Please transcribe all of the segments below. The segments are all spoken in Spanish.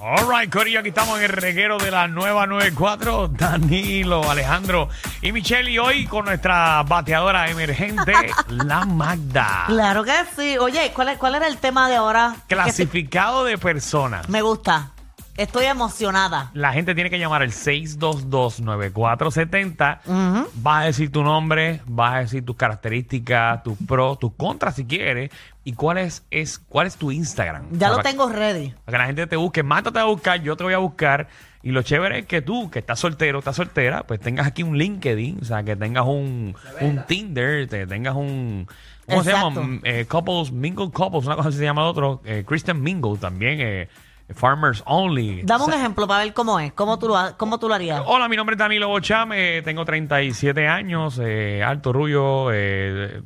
All right, Corillo, aquí estamos en el reguero de la nueva 94, Danilo, Alejandro y Michelle, y hoy con nuestra bateadora emergente, la Magda. Claro que sí. Oye, ¿cuál, cuál era el tema de ahora? Clasificado de personas. Me gusta. Estoy emocionada. La gente tiene que llamar al 622-9470. Ujú. Vas a decir tu nombre, vas a decir tus características, tus pros, tus contras si quieres, y cuál es, es, cuál es tu Instagram. Ya lo Para- tengo ready. Para que la gente te busque, Mata te va a buscar, yo te voy a buscar. Y lo chévere es que tú, que estás soltero, estás soltera, pues tengas aquí un LinkedIn, o sea, que tengas un, un Tinder, te tengas un. ¿Cómo se Exacto. llama? Mm, eh, couples, Mingle Couples, una cosa así se llama el otro. eh, Christian Mingle también, eh, Farmers Only. Dame un O sea, ejemplo para ver cómo es, cómo tú lo, ha- cómo tú lo harías. Hola, mi nombre es Danilo Bocham, eh, tengo 37 años, eh, alto rubio, eh,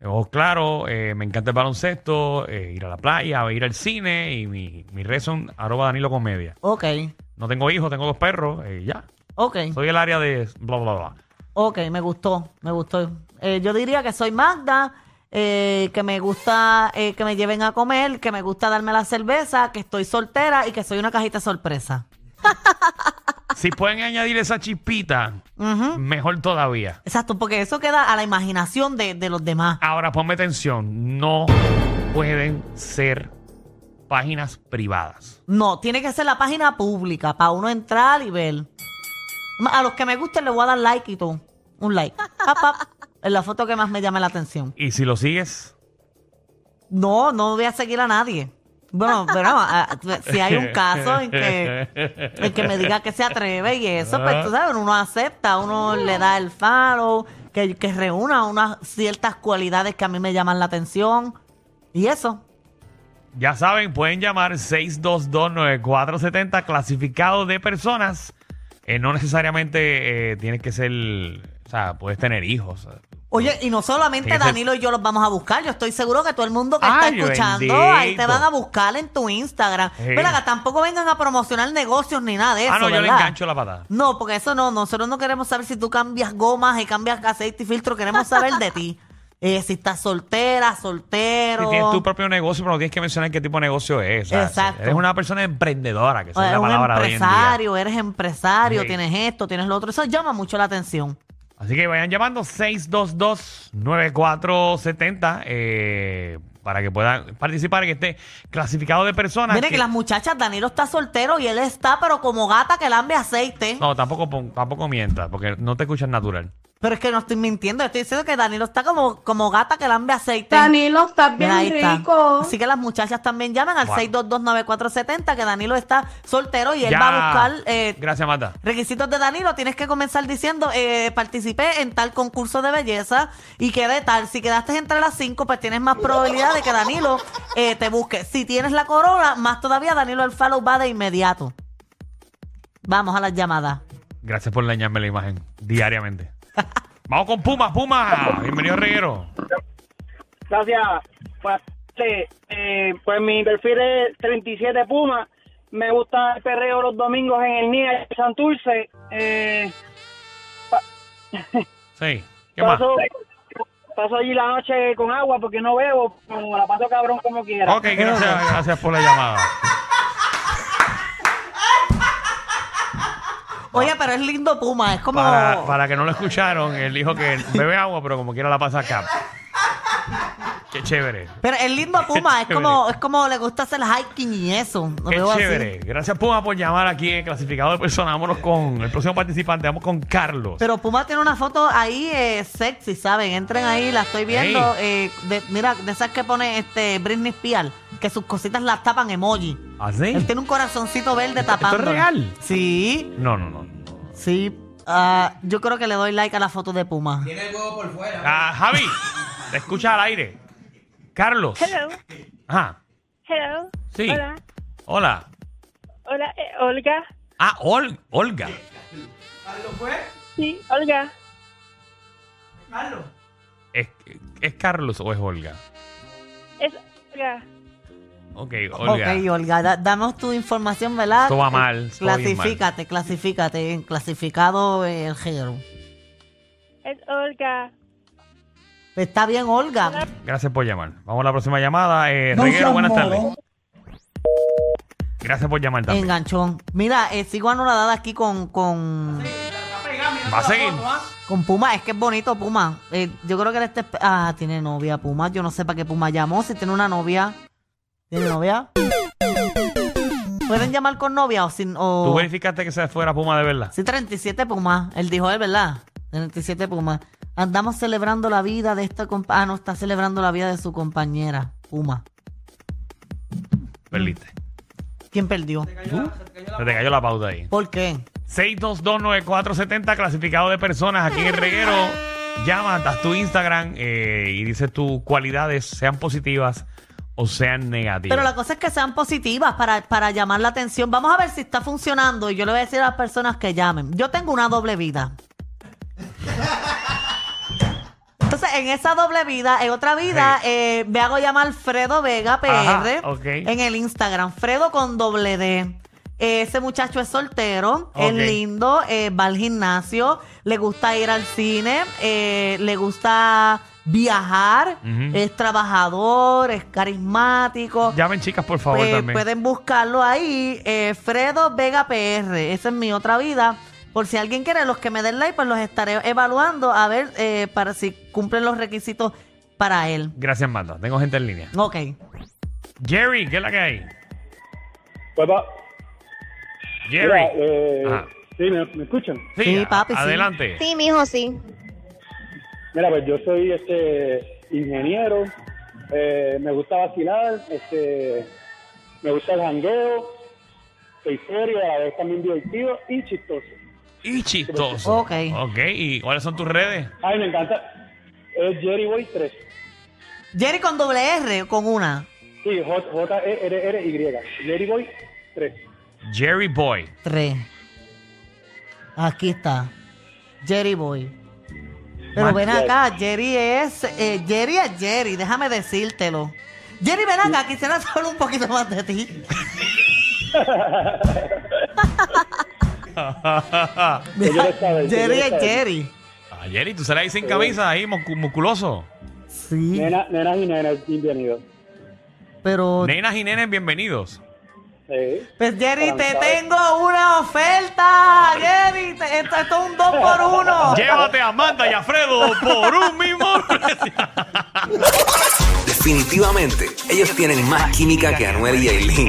eh, ojos claros, eh, me encanta el baloncesto, eh, ir a la playa, ir al cine y mi, mi red son arroba Danilo Comedia. Ok, No tengo hijos, tengo dos perros, eh, ya. ok, Soy el área de bla, bla, bla. ok, me gustó, me gustó. Eh, yo diría que soy Magda, eh, que me gusta eh, que me lleven a comer, que me gusta darme la cerveza, que estoy soltera y que soy una cajita sorpresa. Si pueden añadir esa chispita, Ujú. mejor todavía. Exacto, porque eso queda a la imaginación de, de los demás. Ahora ponme atención, no pueden ser páginas privadas. No, tiene que ser la página pública para uno entrar y ver. Ma- A los que me gusten le voy a dar like y todo. Un like. Pap, pap. Es la foto que más me llama la atención. Y si lo sigues, No, no voy a seguir a nadie. Bueno, pero ah, si hay un caso en que, en que me diga que se atreve y eso, pues tú sabes, uno acepta, uno le da el follow, que, que reúna unas ciertas cualidades que a mí me llaman la atención. Y eso. ya saben, pueden llamar 6229470 clasificado de personas. Eh, no necesariamente eh, tienes que ser, o sea, puedes tener hijos. Ah, Oye, y no solamente Tiene que ser- Danilo y yo los vamos a buscar, yo estoy seguro que todo el mundo que Ay, está escuchando ahí te bendito. van a buscar en tu Instagram. Sí. Mira, que tampoco vengan a promocionar negocios ni nada de eso. ah, no, yo le ¿verdad? engancho la patada. No, porque eso no, nosotros no queremos saber si tú cambias gomas y cambias aceite y filtro, queremos saber de ti. Eh, si estás soltera, soltero. Si tienes tu propio negocio, pero no tienes que mencionar qué tipo de negocio es. o sea, Exacto. Eres una persona emprendedora, que esa o es eres la un palabra de hoy en día. empresario, eres empresario, Sí. tienes esto, tienes lo otro. Eso llama mucho la atención. Así que vayan llamando 622-9470 eh, para que puedan participar, que esté clasificado de personas. Miren que, las muchachas, Danilo está soltero y él está, pero como gata que lambe aceite. No, tampoco, pon- tampoco mientas, porque no te escuchas natural. Pero es que no estoy mintiendo, estoy diciendo que Danilo está como, como gata que lambe aceite. Danilo, estás bien Mira, ahí está. rico. Así que las muchachas también llaman al Wow. 6229470 que Danilo está soltero y él Ya. va a buscar eh, Gracias, Marta. requisitos de Danilo. Tienes que comenzar diciendo, eh, participé en tal concurso de belleza y quedé tal. Si quedaste entre las cinco, pues tienes más probabilidad de que Danilo eh, te busque. Si tienes la corona, más todavía Danilo el follow va de inmediato. Vamos a las llamadas. Gracias por dañarme la imagen diariamente. Vamos con Puma, Puma. Bienvenido, Reguero. Gracias. Pues, sí, eh, pues mi perfil es 37 Puma. Me gusta el perreo los domingos en el NIA de Santurce. Eh, Sí. ¿Qué más? paso, paso allí la noche con agua porque no bebo. Como la paso cabrón como quiera. Ok, gracias, gracias por la llamada. Oye, pero es lindo Puma, es como... Para, para que no lo escucharon, él dijo que bebe agua, pero como quiera la pasa acá. Qué chévere. Pero el lindo Puma es Qué como, es como le gusta hacer hiking y eso. Lo Qué veo así. chévere. Gracias, Puma, por llamar aquí en Clasificado de Personas. Vámonos con el próximo participante. Vamos con Carlos. Pero Puma tiene una foto ahí eh, sexy, ¿saben? Entren ahí, la estoy viendo. eh, de- mira, de esas que pone este Britney Spears, que sus cositas las tapan emoji. ¿Así? Él tiene un corazoncito verde ¿Esto es tapando. real? Sí, No, no, no. sí. Ah, yo creo que le doy like a la foto de Puma. Ah, Javi, te escucha al aire. Carlos. Hello, Ajá. hello. Sí. Hola. Hola. Hola. Hola, eh, Olga. Ah, Ol- Olga. Sí, Olga. ¿Es, ¿Es Carlos o es Olga? Es Olga. Ok, Olga. Ok, Olga, da- danos tu información, ¿verdad? Esto va mal, esto va bien mal. Clasifícate, clasifícate. En clasificado eh, el género. Es Olga. Está bien, Olga. Gracias por llamar. Vamos a la próxima llamada. Eh, Reguero, buenas tardes. Gracias por llamar también. Enganchón. Mira, eh, sigo anonadada aquí con, con, Va a seguir. con Puma. Es que es bonito, Puma. Eh, yo creo que él está. espe- Ah, tiene novia, Puma. Yo no sé para qué Puma llamó. Si tiene una novia. ¿Tiene novia? ¿Pueden llamar con novia o sin.? O... ¿Tú verificaste que se fuera Puma de verdad? Sí, 37 Pumas. Él dijo, es verdad. 37 Pumas. Andamos celebrando la vida de esta compañera. Ah, no, está celebrando la vida de su compañera, Puma. Perdiste. ¿Quién perdió? Se te cayó la pauta ahí. ¿Por qué? 6229470, clasificado de personas aquí en el reguero. Llama, das tu Instagram eh, y dices tus cualidades, sean positivas o sean negativas. Pero la cosa es que sean positivas para, para llamar la atención. Vamos a ver si está funcionando. Y yo le voy a decir a las personas que llamen. Yo tengo una doble vida. Entonces, en esa doble vida, en otra vida, eh, me hago llamar Fredo Vega PR Ajá, ok. en el Instagram. Fredo con doble D. Eh, Ese muchacho es soltero, Ok. es lindo, eh, va al gimnasio, le gusta ir al cine, eh, le gusta viajar, Ujú. es trabajador, es carismático. Llamen chicas, por favor, Eh, también. pueden buscarlo ahí, eh, Fredo Vega PR. Esa es mi otra vida. Por si alguien quiere, los que me den like, pues los estaré evaluando a ver eh, para si cumplen los requisitos para él. Gracias, Mando. Tengo gente en línea. Ok. Jerry, ¿qué es la que hay? Pues va. Jerry. Mira, eh, Ajá. sí, ¿me, me escuchan? Sí, a- papi, sí. Adelante. Sí, mijo, sí. Mira, pues yo soy este ingeniero, eh, me gusta vacilar, este, me gusta el jangueo, soy serio, a la vez también divertido y chistoso. Y chistoso. Ok. Ok, ¿y cuáles son tus redes? Ay, me encanta. Es Jerry Boy 3. Jerry con doble R o con una. Sí, J- E, J-E-R-R-Y. Jerry Boy 3. Jerry Boy. Tres. Aquí está. Jerry Boy. Pero Man- ven acá, Jerry es. eh, Jerry es Jerry, déjame decírtelo. Jerry, ven acá, quisiera saber un poquito más de ti. Yo quiero saber, Jerry yo quiero es saber. Jerry. Ah, Jerry, tú sales ahí sin camisa, ahí muscu- musculoso. Sí. Nena, nenas y nenas, bienvenidos. Pero. Nenas y nenes, bienvenidos. Sí. Pues Jerry, te Para saber. tengo una oferta. Jerry, te- esto, esto es un dos por uno. Llévate a Amanda y a Fredo por un mismo precio. Definitivamente, ellos tienen más química que Anuel y Aileen.